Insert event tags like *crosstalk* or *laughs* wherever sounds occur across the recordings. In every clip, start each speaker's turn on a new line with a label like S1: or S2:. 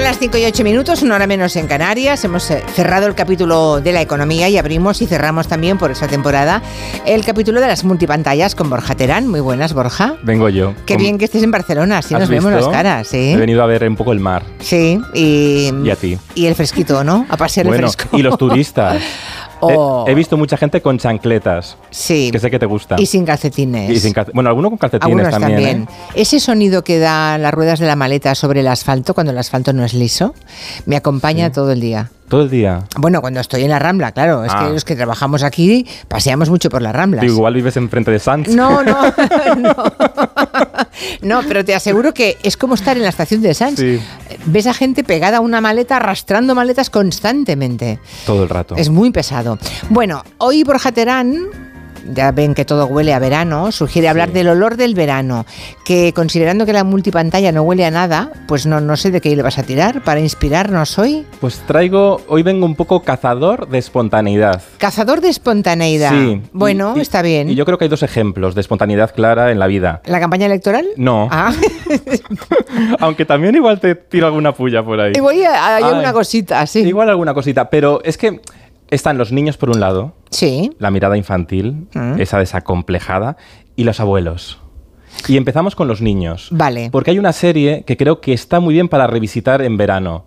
S1: las 5 y 8 minutos, una hora menos en Canarias. Hemos eh, cerrado el capítulo de la economía y abrimos y cerramos también por esta temporada el capítulo de las multipantallas con Borja Terán. Muy buenas, Borja.
S2: Vengo yo.
S1: Qué
S2: Con-
S1: bien ¿eh? que estés en Barcelona, así
S2: ¿Has
S1: nos vemos las
S2: visto?
S1: caras,
S2: He
S1: ¿sí?
S2: venido a ver un poco el mar.
S1: Sí, y,
S2: Y a ti.
S1: y el fresquito, ¿no? A pasear
S2: bueno,
S1: el Mm. fresco.
S2: y los turistas.
S1: *laughs* Oh.
S2: He, he visto mucha gente con chancletas,
S1: Sí.
S2: que sé que te gusta.
S1: Y sin calcetines.
S2: Y sin calce- bueno, alguno con calcetines
S1: Algunos también.
S2: también. ¿eh?
S1: Ese sonido que dan las ruedas de la maleta sobre el asfalto cuando el asfalto no es liso, me acompaña todo el día.
S2: Todo el día.
S1: Bueno, cuando estoy en la Rambla, claro. Es
S2: Ah.
S1: que los que trabajamos aquí paseamos mucho por las Ramblas.
S2: Digo, igual vives enfrente de Sanz. *laughs*
S1: No, no, no. No, pero te aseguro que es como estar en la estación de Sanz.
S2: Sí.
S1: Ves a gente pegada a una maleta, arrastrando maletas constantemente.
S2: Todo el rato.
S1: Es muy pesado. Bueno, hoy Borja Terán, ya ven que todo huele a verano, sugiere hablar del olor del verano, que considerando que la multipantalla no huele a nada, pues no, no sé de qué le vas a tirar para inspirarnos hoy.
S2: Pues traigo, hoy vengo un poco cazador de espontaneidad.
S1: Cazador de espontaneidad.
S2: Sí.
S1: Bueno,
S2: Y- y-
S1: está bien.
S2: Y yo creo que hay dos ejemplos de espontaneidad clara en la vida.
S1: ¿La campaña electoral?
S2: No,
S1: Ah,
S2: *laughs*
S1: *laughs*
S2: aunque también igual te tiro alguna puya por ahí.
S1: igual hay
S2: Ay.
S1: alguna cosita, sí.
S2: Igual alguna cosita, pero es que están los niños por un lado,
S1: Sí.
S2: la mirada infantil,
S1: Mm.
S2: esa desacomplejada, y los abuelos. Y empezamos con los niños.
S1: Vale.
S2: Porque hay una serie que creo que está muy bien para revisitar en verano.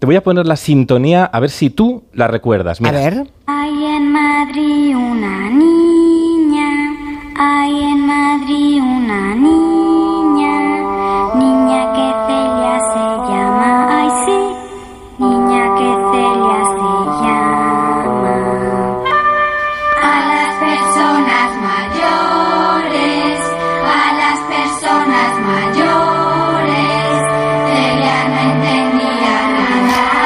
S2: Te voy a poner la sintonía a ver si tú la recuerdas.
S1: A
S2: Mira.
S1: ver.
S3: Hay en Madrid una niña, hay en Madrid una niña, niña que Celia se llama, ay sí, niña que Celia se llama. A las personas mayores, a las personas mayores, Celia no entendía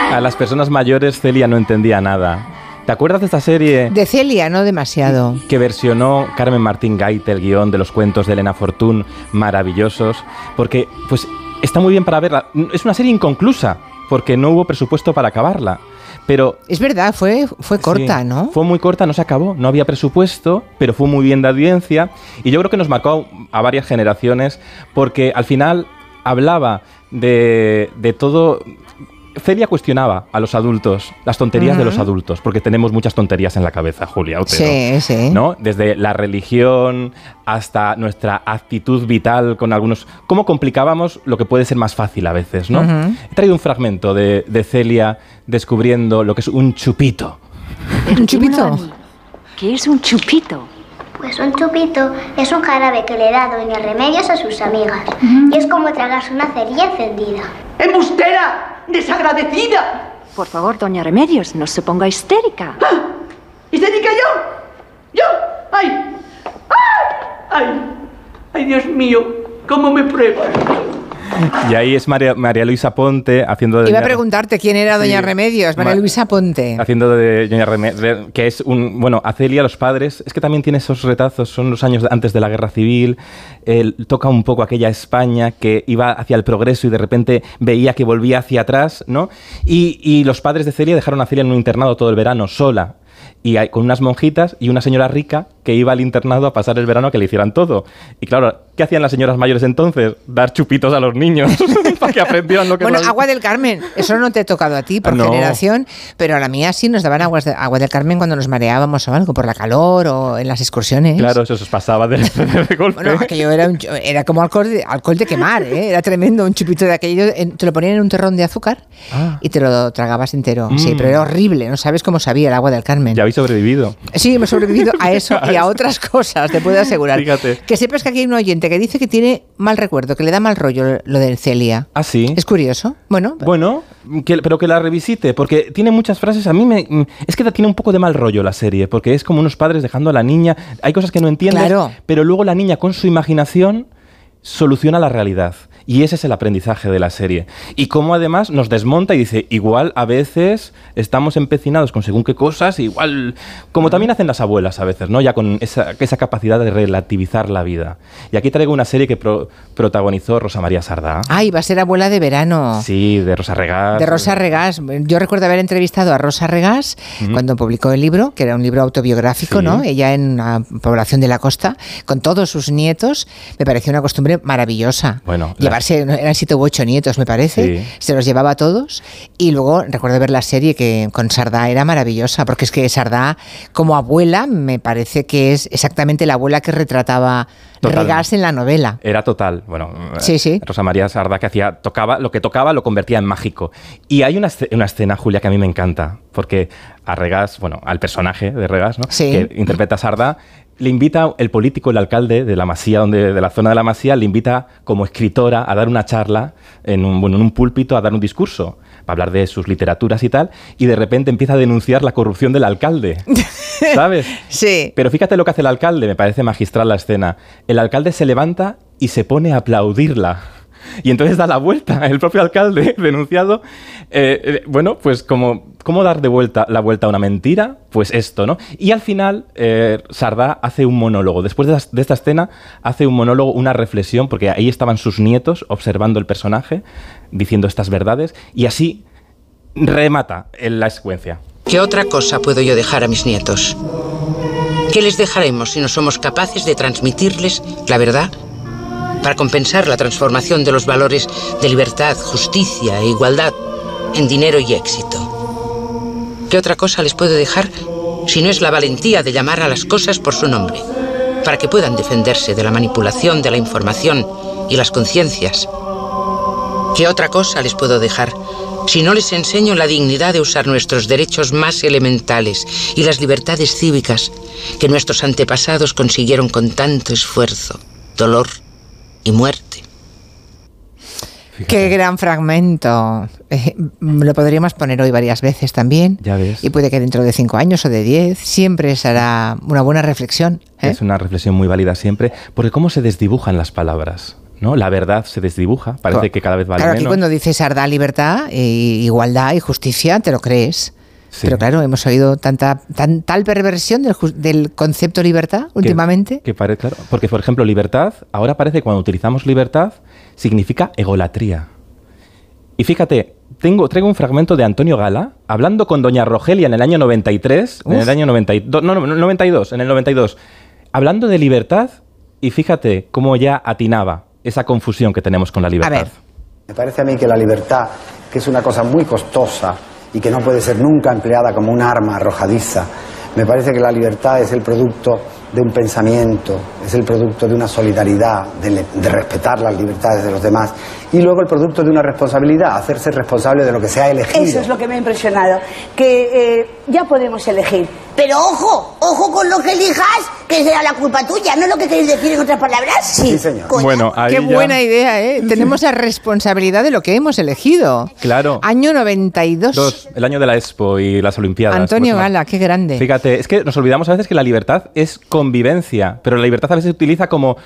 S3: nada.
S2: A las personas mayores Celia no entendía nada. ¿Te acuerdas de esta serie
S1: De Celia, no demasiado.
S2: que versionó Carmen Martín Gaite el guión de los cuentos de Elena Fortún, maravillosos? Porque pues está muy bien para verla. Es una serie inconclusa porque no hubo presupuesto para acabarla. Pero
S1: Es verdad, fue, fue corta,
S2: Sí,
S1: ¿no?
S2: Fue muy corta, no se acabó, no había presupuesto, pero fue muy bien de audiencia y yo creo que nos marcó a varias generaciones porque al final hablaba de, de todo... Celia cuestionaba a los adultos, las tonterías de los adultos, porque tenemos muchas tonterías en la cabeza, Julia. Otero.
S1: Sí, sí.
S2: ¿no? Desde la religión hasta nuestra actitud vital con algunos... ¿Cómo complicábamos lo que puede ser más fácil a veces, no?
S1: Ujú.
S2: He traído un fragmento de, de Celia descubriendo lo que es un chupito.
S1: *laughs* Un chupito.
S4: ¿Qué es un chupito?
S5: Pues un chupito es un jarabe que le da Doña Remedios a sus amigas. Y es como tragarse una cerilla encendida.
S6: ¡Embustera! ¡Desagradecida!
S4: Por favor, doña Remedios, no se ponga histérica.
S6: ¿Histérica yo? ¿Yo? ¡Ay! ¡Ay! ¡Ay! ¡Ay, Dios mío! ¿Cómo me pruebas?
S2: Y ahí es María, María Luisa Ponte haciendo de...
S1: Iba a
S2: Doña-
S1: preguntarte quién era Doña
S2: Sí.
S1: Remedios, María
S2: Ma-
S1: Luisa Ponte.
S2: Haciendo de Doña Reme- de- que es un... Bueno, a Celia, los padres, es que también tiene esos retazos, son los años de- antes de la Guerra Civil, él toca un poco aquella España que iba hacia el progreso y de repente veía que volvía hacia atrás, ¿no? Y, y los padres de Celia dejaron a Celia en un internado todo el verano, sola. Y hay- con unas monjitas y una señora rica que iba al internado a pasar el verano a que le hicieran todo. Y claro, ¿qué hacían las señoras mayores entonces? Dar chupitos a los niños *laughs* para que aprendieran lo que es
S1: Bueno,
S2: la vida.
S1: agua del Carmen, eso no te ha tocado a ti por
S2: No.
S1: generación, pero a la mía sí nos daban aguas de- agua del Carmen cuando nos mareábamos o algo, por la calor o en las excursiones.
S2: Claro, eso se os pasaba de, *laughs* de golpe.
S1: Bueno, aquello era, un, chu- era como alcohol de, alcohol de quemar, ¿eh? era tremendo, un chupito de aquello, en- te lo ponían en un terrón de azúcar
S2: Ah.
S1: y te lo tragabas entero, sí,
S2: Mm.
S1: pero era horrible, no sabes cómo sabía el agua del Carmen.
S2: Ya habéis sobrevivido.
S1: Sí, hemos sobrevivido a
S2: *laughs*
S1: eso y a otras cosas, te puedo asegurar.
S2: Fíjate.
S1: Que sepas que aquí hay un oyente que dice que tiene mal recuerdo, que le da mal rollo lo del Celia.
S2: ¿Ah, sí?
S1: Es curioso. Bueno,
S2: Bueno, que- pero que la revisite, porque tiene muchas frases. A mí me. mm, Es que da- tiene un poco de mal rollo la serie, porque es como unos padres dejando a la niña. Hay cosas que no entiendes,
S1: Claro.
S2: pero luego la niña con su imaginación soluciona la realidad. Y ese es el aprendizaje de la serie. Y cómo además nos desmonta y dice, igual a veces estamos empecinados con según qué cosas, igual. Como también hacen las abuelas a veces, ¿no? Ya con esa, esa capacidad de relativizar la vida. Y aquí traigo una serie que pro- protagonizó Rosa María Sardá.
S1: ay, va a ser abuela de verano.
S2: Sí, de Rosa Regás.
S1: Ah. De Rosa Regás. Yo recuerdo haber entrevistado a Rosa Regás cuando publicó el libro, que era un libro autobiográfico,
S2: Sí.
S1: ¿no? Ella en una población de la costa, con todos sus nietos. Me pareció una costumbre maravillosa.
S2: Bueno, la
S1: llevarse, no, eran siete u ocho nietos, me parece,
S2: Sí.
S1: se los llevaba a todos. Y luego recuerdo ver la serie que con Sardá era maravillosa, porque es que Sardá, como abuela, me parece que es exactamente la abuela que retrataba
S2: Total.
S1: Regás en la novela.
S2: Era total. Bueno, eh,
S1: Sí, sí.
S2: Rosa María Sardá que hacía, tocaba, lo que tocaba lo convertía en mágico. Y hay una, esce- una escena, Julia, que a mí me encanta, porque a Regás, bueno, al personaje de Regás, ¿no?
S1: Sí.
S2: Que interpreta a Sardá, le invita el político, el alcalde de la Masía, donde, de la zona de la Masía, le invita como escritora a dar una charla en un, bueno, en un púlpito, a dar un discurso para hablar de sus literaturas y tal, y de repente empieza a denunciar la corrupción
S1: *laughs*
S2: del alcalde, ¿sabes?
S1: Sí.
S2: Pero fíjate lo que hace el alcalde, me parece magistral la escena. El alcalde se levanta y se pone a aplaudirla. Y entonces da la vuelta, el propio alcalde *laughs* denunciado. eh, eh, bueno, pues como, ¿cómo dar de vuelta la vuelta a una mentira? Pues esto, ¿no? Y al final, eh, Sardá hace un monólogo. Después de, las- de esta escena, hace un monólogo, una reflexión, porque ahí estaban sus nietos observando el personaje, diciendo estas verdades, y así remata en la secuencia.
S7: ¿Qué otra cosa puedo yo dejar a mis nietos? ¿Qué les dejaremos si no somos capaces de transmitirles la verdad? Para compensar la transformación de los valores de libertad, justicia e igualdad en dinero y éxito. ¿Qué otra cosa les puedo dejar si no es la valentía de llamar a las cosas por su nombre? Para que puedan defenderse de la manipulación de la información y las conciencias. ¿Qué otra cosa les puedo dejar si no les enseño la dignidad de usar nuestros derechos más elementales y las libertades cívicas que nuestros antepasados consiguieron con tanto esfuerzo, dolor y muerte?
S1: Qué gran fragmento. Eh, lo podríamos poner hoy varias veces también.
S2: Ya ves.
S1: Y puede que dentro de cinco años o de diez siempre será una buena reflexión. ¿eh?
S2: Es una reflexión muy válida siempre, porque cómo se desdibujan las palabras, ¿no? La verdad se desdibuja, parece que cada vez vale
S1: claro, aquí
S2: menos.
S1: cuando dices Arda libertad, e igualdad y justicia, te lo crees.
S2: Sí.
S1: Pero claro, hemos oído tanta tan, tal perversión del, jus- del concepto libertad
S2: Que-
S1: últimamente.
S2: que pare- claro, porque, por ejemplo, libertad, ahora parece que cuando utilizamos libertad significa egolatría. Y fíjate, tengo, traigo un fragmento de Antonio Gala hablando con doña Rogelia en el año 93, en el
S1: Uf.
S2: año 92, no, no, 92, en el 92, hablando de libertad y fíjate cómo ya atinaba esa confusión que tenemos con la libertad.
S1: ver.
S8: Me parece a mí que la libertad, que es una cosa muy costosa y que no puede ser nunca empleada como un arma arrojadiza, me parece que la libertad es el producto de un pensamiento, es el producto de una solidaridad, de, le- de respetar las libertades de los demás y luego el producto de una responsabilidad, hacerse responsable de lo que se ha elegido.
S9: Eso es lo que me ha impresionado, que eh, ya podemos elegir.
S10: Pero ojo, ojo con lo que elijas, que será la culpa tuya, ¿no es lo que queréis decir en otras palabras?
S8: Sí, señor.
S10: coño.
S2: Bueno, ahí
S1: Qué
S2: ya-
S1: buena idea, ¿eh?
S2: *laughs*
S1: Tenemos la responsabilidad de lo que hemos elegido.
S2: Claro.
S1: Año 92.
S2: Dos, el año de la Expo y las Olimpiadas.
S1: Antonio
S2: Pues,
S1: Gala, qué grande.
S2: Fíjate, es que nos olvidamos a veces que la libertad es convivencia, pero la libertad a veces se utiliza como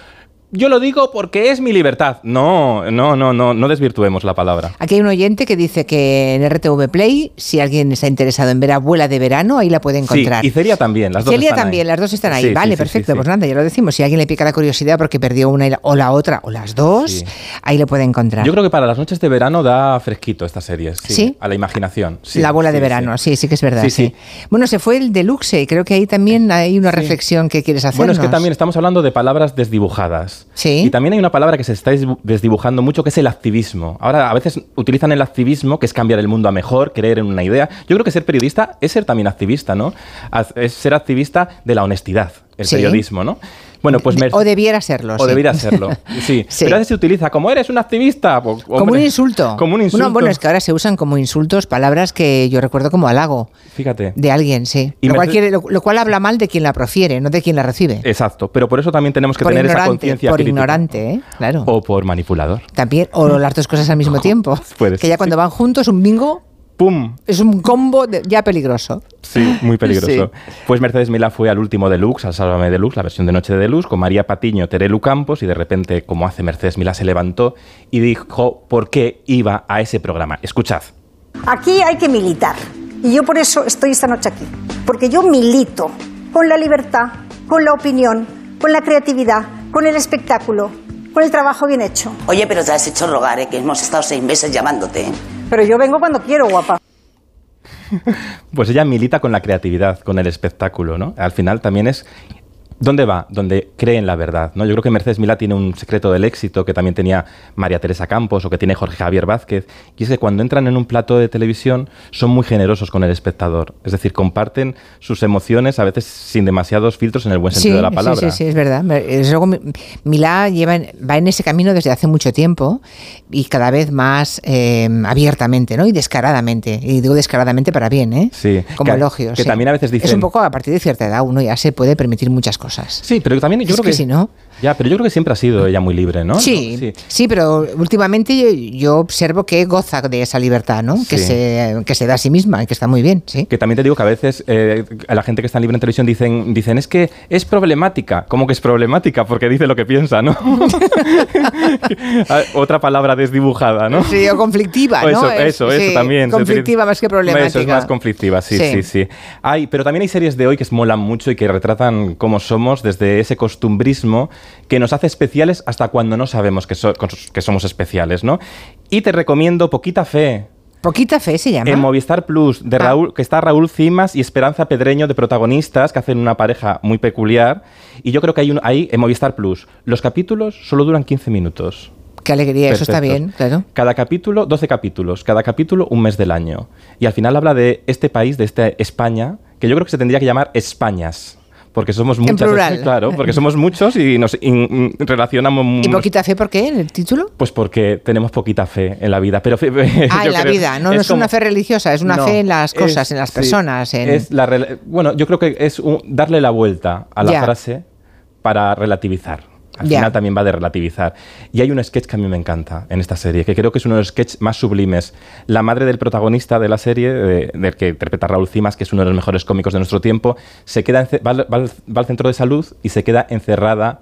S2: yo lo digo porque es mi libertad. No, no, no, no, no desvirtuemos la palabra.
S1: Aquí hay un oyente que dice que en RTV Play, si alguien está interesado en ver Abuela de Verano, ahí la puede encontrar.
S2: Sí, y Celia también, las dos
S1: Celia
S2: están ahí.
S1: también, las dos están ahí.
S2: Sí, sí,
S1: vale,
S2: sí, sí,
S1: perfecto.
S2: sí.
S1: Pues nada, ya lo decimos. Si a alguien le pica la curiosidad porque perdió una y la- o la otra o las dos,
S2: Sí.
S1: ahí lo puede encontrar.
S2: Yo creo que para las noches de verano da fresquito estas series. Sí.
S1: ¿Sí?
S2: A la imaginación. sí,
S1: la bola de
S2: sí,
S1: verano, sí. sí, que es verdad.
S2: Sí,
S1: Sí,
S2: sí.
S1: Bueno, se fue el deluxe y creo que ahí también hay una reflexión que quieres hacer.
S2: Bueno, es que también estamos hablando de palabras desdibujadas.
S1: Sí.
S2: Y también hay una palabra que se está desdibu- desdibujando mucho, que es el activismo. Ahora, a veces utilizan el activismo, que es cambiar el mundo a mejor, creer en una idea. Yo creo que ser periodista es ser también activista, ¿no? Haz- Es ser activista de la honestidad, el
S1: Sí.
S2: periodismo, ¿no? Bueno, pues... me-
S1: O debiera serlo.
S2: O
S1: sí. *laughs*
S2: debiera serlo, sí.
S1: Sí.
S2: Pero a veces se utiliza como eres un activista. po-
S1: Como un
S2: hombre.
S1: insulto.
S2: Como un insulto.
S1: Bueno, bueno, es que ahora se usan como insultos palabras que yo recuerdo como halago
S2: Fíjate.
S1: de alguien, sí.
S2: Y
S1: Lo cual, quiere-
S2: Mercedes-
S1: lo- lo cual habla mal de quien la profiere, no de quien la recibe.
S2: Exacto. Pero por eso también tenemos que
S1: por
S2: tener esa
S1: ignorante,
S2: conciencia
S1: por
S2: crítica.
S1: ignorante, ¿eh? claro.
S2: O por manipulador.
S1: También, o las dos cosas al
S2: *laughs*
S1: mismo tiempo.
S2: puede
S1: que
S2: ser,
S1: ya cuando van juntos, un bingo
S2: ¡Pum!
S1: es un combo de- ya peligroso.
S2: Sí, muy peligroso.
S1: Sí.
S2: Pues Mercedes Milá fue al último deluxe, al Sálvame deluxe, la versión de Noche de deluxe, con María Patiño, Terelu Campos, y de repente, como hace Mercedes Milá, se levantó y dijo por qué iba a ese programa. Escuchad.
S10: Aquí hay que militar. Y yo por eso estoy esta noche aquí. Porque yo milito con la libertad, con la opinión, con la creatividad, con el espectáculo, con el trabajo bien hecho.
S7: Oye, pero te has hecho rogar, eh, que hemos estado seis meses llamándote. eh.
S10: Pero yo vengo cuando quiero, guapa.
S2: Pues ella milita con la creatividad, con el espectáculo, ¿no? Al final también es ¿Dónde va? Donde cree en la verdad. ¿no? Yo creo que Mercedes Milá tiene un secreto del éxito que también tenía María Teresa Campos o que tiene Jorge Javier Vázquez, y es que cuando entran en un plato de televisión son muy generosos con el espectador. Es decir, comparten sus emociones a veces sin demasiados filtros en el buen sentido de la palabra.
S1: Sí, sí, sí, es verdad. Desde luego, Mi- Milá lleva, en- va en ese camino desde hace mucho tiempo y cada vez más eh, abiertamente ¿no? y descaradamente. Y digo descaradamente para bien, ¿eh?
S2: Sí,
S1: Como
S2: que-
S1: elogios.
S2: que
S1: sí.
S2: también a veces
S1: Es un
S2: dicen-
S1: poco a partir de cierta edad uno ya se puede permitir muchas cosas.
S2: Sí, pero también yo
S1: Es
S2: creo
S1: que si no-
S2: Ya, pero yo creo que siempre ha sido ella muy libre, ¿no?
S1: Sí, sí, pero últimamente yo, yo observo que goza de esa libertad, ¿no? Que,
S2: Sí.
S1: se, que se da a sí misma y que está muy bien, sí.
S2: *laughs* Que también te digo que a veces eh, a la gente que está libre en televisión dicen, dicen, es que es problemática. ¿Cómo que es problemática? Porque dice lo que
S1: *laughs*
S2: piensa, ¿no? Ah, Otra palabra desdibujada, ¿no?
S1: Sí, o conflictiva, ¿no?
S2: O Eso,
S1: Es-
S2: eso,
S1: sí,
S2: eso también. se
S1: Conflictiva
S2: utiliza-
S1: más que problemática.
S2: Eso es más conflictiva, sí,
S1: Sí.
S2: sí, sí. Hay, pero también hay series de hoy que se molan mucho y que retratan cómo somos desde ese costumbrismo que nos hace especiales hasta cuando no sabemos que, so- que somos especiales, ¿no? Y te recomiendo Poquita Fe.
S1: Poquita fe se llama.
S2: En Movistar Plus,
S1: Ah.
S2: de Raúl, que está Raúl Cimas y Esperanza Pedreño de protagonistas, que hacen una pareja muy peculiar. Y yo creo que hay un, ahí, en Movistar Plus, los capítulos solo duran 15 minutos.
S1: Qué alegría, eso está
S2: Perfectos.
S1: bien, claro.
S2: Cada capítulo, 12 capítulos, cada capítulo un mes del año. Y al final habla de este país, de esta España, que yo creo que se tendría que llamar Españas. Porque somos muchas.
S1: plural.
S2: *laughs* Claro, porque somos muchos y nos in- relacionamos
S1: ¿Y
S2: mucho.
S1: poquita fe por qué en el
S2: *laughs*
S1: título?
S2: Pues porque tenemos poquita fe en la vida. Pero fe- *laughs*
S1: Ah,
S2: yo
S1: en la
S2: creo-
S1: vida, no, no es
S2: como-
S1: una fe religiosa, es una
S2: No,
S1: fe en las
S2: es-
S1: cosas, en las
S2: sí,
S1: personas. en-
S2: es la rela- bueno, yo creo que es un- darle la vuelta a la
S1: Ya.
S2: frase para relativizar. Al
S1: Ya.
S2: final también va de relativizar. Y hay un sketch que a mí me encanta en esta serie, que creo que es uno de los sketches más sublimes. La madre del protagonista de la serie, de- del que interpreta Raúl Cimas, que es uno de los mejores cómicos de nuestro tiempo, se queda ence- va, al- va al- va al centro de salud y se queda encerrada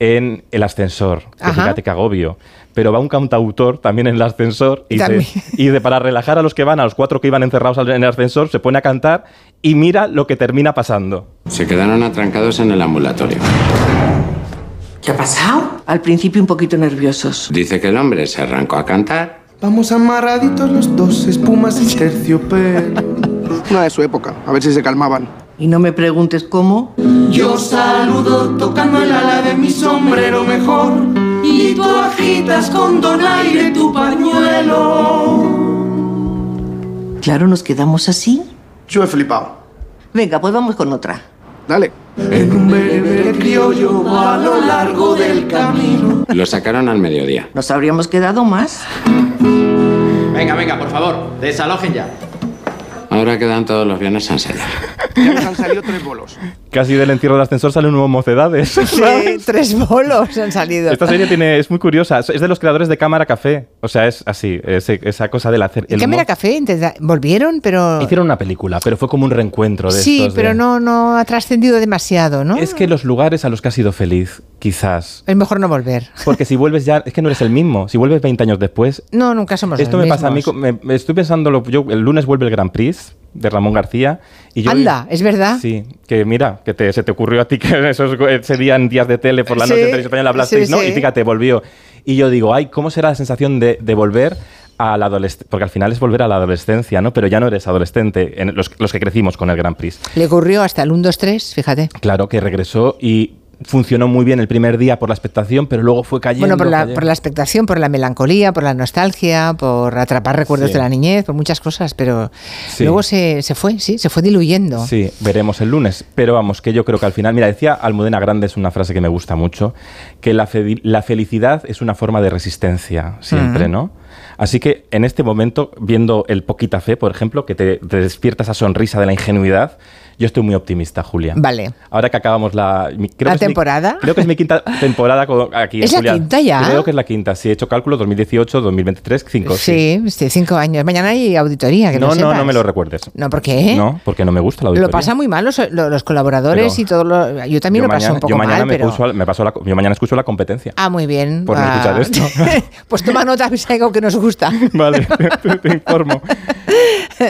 S2: en el ascensor. Que
S1: Ajá.
S2: fíjate que agobio. Pero va un cantautor también en el ascensor y,
S1: También.
S2: dice, y de para relajar a los que van, a los cuatro que iban encerrados al- en el ascensor, se pone a cantar y mira lo que termina pasando.
S11: Se quedaron atrancados en el ambulatorio.
S6: ¿Qué ha pasado? Al principio un poquito nerviosos.
S11: Dice que el hombre se arrancó a cantar.
S12: Vamos amarraditos los dos, espumas y terciopelo. Una de su época, a ver si se calmaban.
S6: Y no me preguntes cómo.
S12: Yo saludo tocando el ala de mi sombrero mejor. Y tú agitas con donaire tu pañuelo.
S6: Claro, nos quedamos así.
S12: Yo he flipado.
S6: Venga, pues vamos con otra.
S12: Dale. En un berebere criollo a lo largo del camino.
S11: Lo sacaron al mediodía.
S6: Nos habríamos quedado más.
S13: Venga, venga, por favor, desalojen ya.
S11: Ahora quedan todos los viernes a ensayar.
S12: Ya nos han salido tres bolos.
S2: Casi del encierro del ascensor sale un nuevo mocedades.
S1: Sí, *laughs* tres bolos han salido.
S2: *laughs* Esta serie tiene, es muy curiosa. Es de los creadores de Cámara Café. O sea, es así, ese- esa cosa del hacer. el
S1: Cámara
S2: humor.
S1: Café intenta- volvieron, pero.
S2: Hicieron una película, pero fue como un reencuentro de
S1: Sí,
S2: estos de-
S1: pero no, no ha trascendido demasiado, ¿no?
S2: Es que los lugares a los que has sido feliz, quizás.
S1: Es mejor no volver.
S2: Porque si vuelves ya, es que no eres el mismo. Si vuelves 20 años después,
S1: No, nunca somos
S2: Esto
S1: los
S2: me pasa a mí,
S1: mismos.
S2: co- me, me estoy pensando, yo, el lunes vuelve el Grand Prix de Ramón García. Y yo,
S1: Anda, es verdad.
S2: Sí, que mira, que te- se te ocurrió a ti que *laughs* en esos, ese día en días de tele por la
S1: Sí,
S2: noche en televisión española hablasteis,
S1: sí,
S2: ¿no?
S1: sí.
S2: Y fíjate, volvió. Y yo digo, ay, ¿cómo será la sensación de, de volver a la adolescencia? Porque al final es volver a la adolescencia, ¿no? Pero ya no eres adolescente, en los, los que crecimos con el Grand Prix.
S1: Le ocurrió hasta el 1, 2, 3, fíjate.
S2: Claro, que regresó y funcionó muy bien el primer día por la expectación, pero luego fue cayendo.
S1: Bueno, por la,
S2: cayendo.
S1: por la expectación, por la melancolía, por la nostalgia, por atrapar recuerdos
S2: Sí.
S1: de la niñez, por muchas cosas, pero
S2: Sí.
S1: luego se, se fue, sí, se fue diluyendo.
S2: Sí, veremos el lunes. Pero vamos, que yo creo que al final, mira, decía Almudena Grandes una frase que me gusta mucho, que la, fe- la felicidad es una forma de resistencia siempre,
S14: Ujú.
S2: ¿no? Así que en este momento, viendo el Poquita Fe, por ejemplo, que te, te despierta esa sonrisa de la ingenuidad, yo estoy muy optimista, Julia.
S1: Vale.
S2: Ahora que acabamos la... mi-
S1: ¿La
S2: creo que es mi-
S1: temporada?
S2: creo que es mi quinta temporada co- aquí.
S1: ¿Es la
S2: Julia.
S1: quinta ya?
S2: Creo que es la quinta. Si he hecho cálculo, 2018, 2023, 5.
S1: Sí, este, cinco años. Mañana hay auditoría, que lo
S2: No, no,
S1: sepas.
S2: no me lo recuerdes.
S1: No, ¿por qué?
S2: No, porque no me gusta la auditoría.
S1: Lo pasa muy mal los, lo- los colaboradores
S2: Pero-
S1: y todo lo- Yo también
S2: Yo
S1: lo paso
S2: mañana-
S1: un poco
S2: yo mañana
S1: mal,
S2: me
S1: pero...
S2: puso al- me paso la, co- yo mañana escucho la competencia.
S1: Ah, muy bien.
S2: Por no
S1: Ah. *laughs*
S2: escuchar esto.
S1: pues toma nota, si hay algo que nos gusta.
S2: *laughs* Vale, *laughs* te, te informo.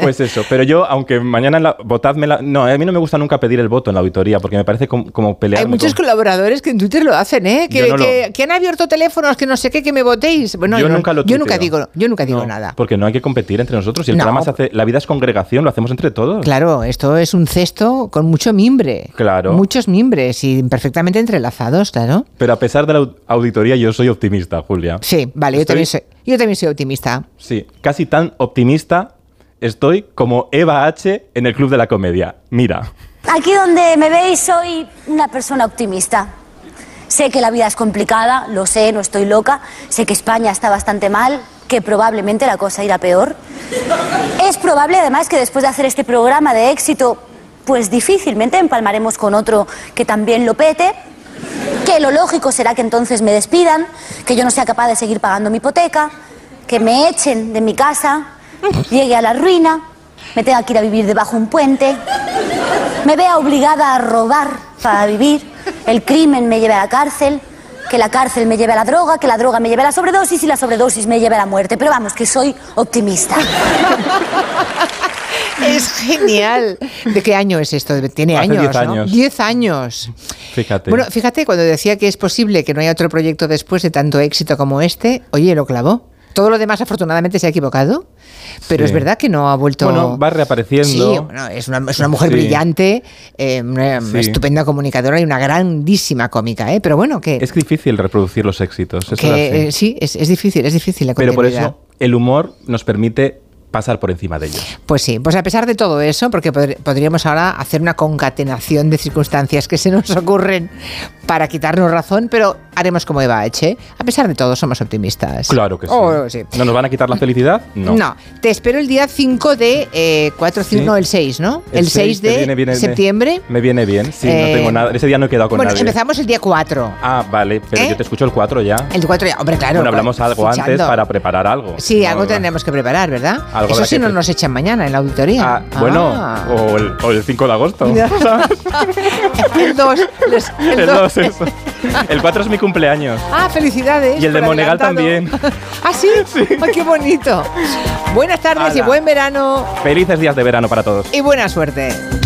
S2: Pues eso, pero yo, aunque mañana la, votadme la... No, a mí no me gusta nunca pedir el voto en la auditoría porque me parece como, como pelear.
S1: Hay muchos colaboradores que en Twitter lo hacen, ¿eh? Que,
S2: Yo no lo-
S1: que- que han abierto teléfonos, que no sé qué, que me votéis. Bueno,
S2: Yo nunca lo
S1: yo nunca
S2: tuiteo.
S1: digo, yo nunca digo nada.
S2: Porque no hay que competir entre nosotros. Y el
S1: No.
S2: programa se hace... La vida es congregación, lo hacemos entre todos.
S1: Claro, esto es un cesto con mucho mimbre.
S2: Claro.
S1: Muchos mimbres y perfectamente entrelazados, claro.
S2: Pero a pesar de la au- auditoría, yo soy optimista, Julia.
S1: Sí, vale, yo
S2: Estoy-
S1: también, soy, yo también soy optimista.
S2: Sí, casi tan optimista estoy como Eva H. en el Club de la Comedia. Mira.
S14: Aquí donde me veis soy una persona optimista. Sé que la vida es complicada, lo sé, no estoy loca, sé que España está bastante mal, que probablemente la cosa irá peor. Es probable además que después de hacer este programa de éxito, pues difícilmente empalmaremos con otro que también lo pete, que lo lógico será que entonces me despidan, que yo no sea capaz de seguir pagando mi hipoteca, que me echen de mi casa, llegue a la ruina, me tenga que ir a vivir debajo un puente, me vea obligada a robar para vivir, el crimen me lleve a la cárcel, que la cárcel me lleve a la droga, que la droga me lleve a la sobredosis y la sobredosis me lleve a la muerte. Pero vamos, que soy optimista.
S1: Es genial. *laughs* ¿De qué año es esto? Tiene
S2: Hace
S1: años.
S2: 10
S1: ¿no?
S2: años.
S1: 10 años.
S2: Fíjate.
S1: Bueno, fíjate, cuando decía que es posible que no haya otro proyecto después de tanto éxito como este, oye, lo clavó. Todo lo demás, afortunadamente, se ha equivocado, pero
S2: Sí.
S1: es verdad que no ha vuelto.
S2: Bueno, va reapareciendo.
S1: Sí, bueno, es una, es una mujer
S2: Sí.
S1: brillante, eh, una
S2: Sí.
S1: estupenda comunicadora y una grandísima cómica, ¿eh? Pero bueno, que,
S2: Es difícil reproducir los éxitos. eso
S1: que,
S2: es así.
S1: eh, sí, es, es difícil, es difícil la
S2: Pero por
S1: continuidad.
S2: eso el humor nos permite pasar por encima de ellos.
S1: Pues sí, pues a pesar de todo eso, porque podr- podríamos ahora hacer una concatenación de circunstancias que se nos ocurren para quitarnos razón, pero haremos como Eva Eche. A pesar de todo, somos optimistas.
S2: Claro que sí.
S1: Oh, sí.
S2: ¿No nos van a quitar la felicidad? No.
S1: No. te espero el día 5 de eh, 4, 5,
S2: Sí.
S1: no, el 6, ¿no? El, 6,
S2: me
S1: de
S2: viene bien, me-
S1: septiembre.
S2: Me viene bien, sí,
S1: Eh,
S2: no tengo nada. Ese día no he quedado con
S1: bueno,
S2: nadie.
S1: empezamos el día 4.
S2: Ah, vale, pero
S1: ¿Eh?
S2: yo te escucho el 4 ya.
S1: El 4 ya, hombre, claro.
S2: bueno, hablamos
S1: pues,
S2: algo antes
S1: fichando.
S2: para preparar algo.
S1: Sí,
S2: No,
S1: algo
S2: no.
S1: tendremos que preparar, ¿verdad?
S2: Algo
S1: Eso
S2: habrá
S1: sí,
S2: que
S1: no
S2: pre-
S1: nos echan mañana en la auditoría.
S2: Bueno,
S1: Ah.
S2: o, el, o el 5
S1: *laughs*
S2: de agosto. *laughs*
S1: el 2.
S2: el 2 eso. El 4 es mi cumpleaños.
S1: Ah, felicidades.
S2: Y el de
S1: por
S2: Monegal
S1: adelantado.
S2: también.
S1: *laughs* ¿Ah,
S2: *laughs*
S1: sí? Ay, qué bonito. Buenas tardes y
S2: Hala.
S1: buen verano
S2: Felices días de verano para todos.
S1: y buena suerte.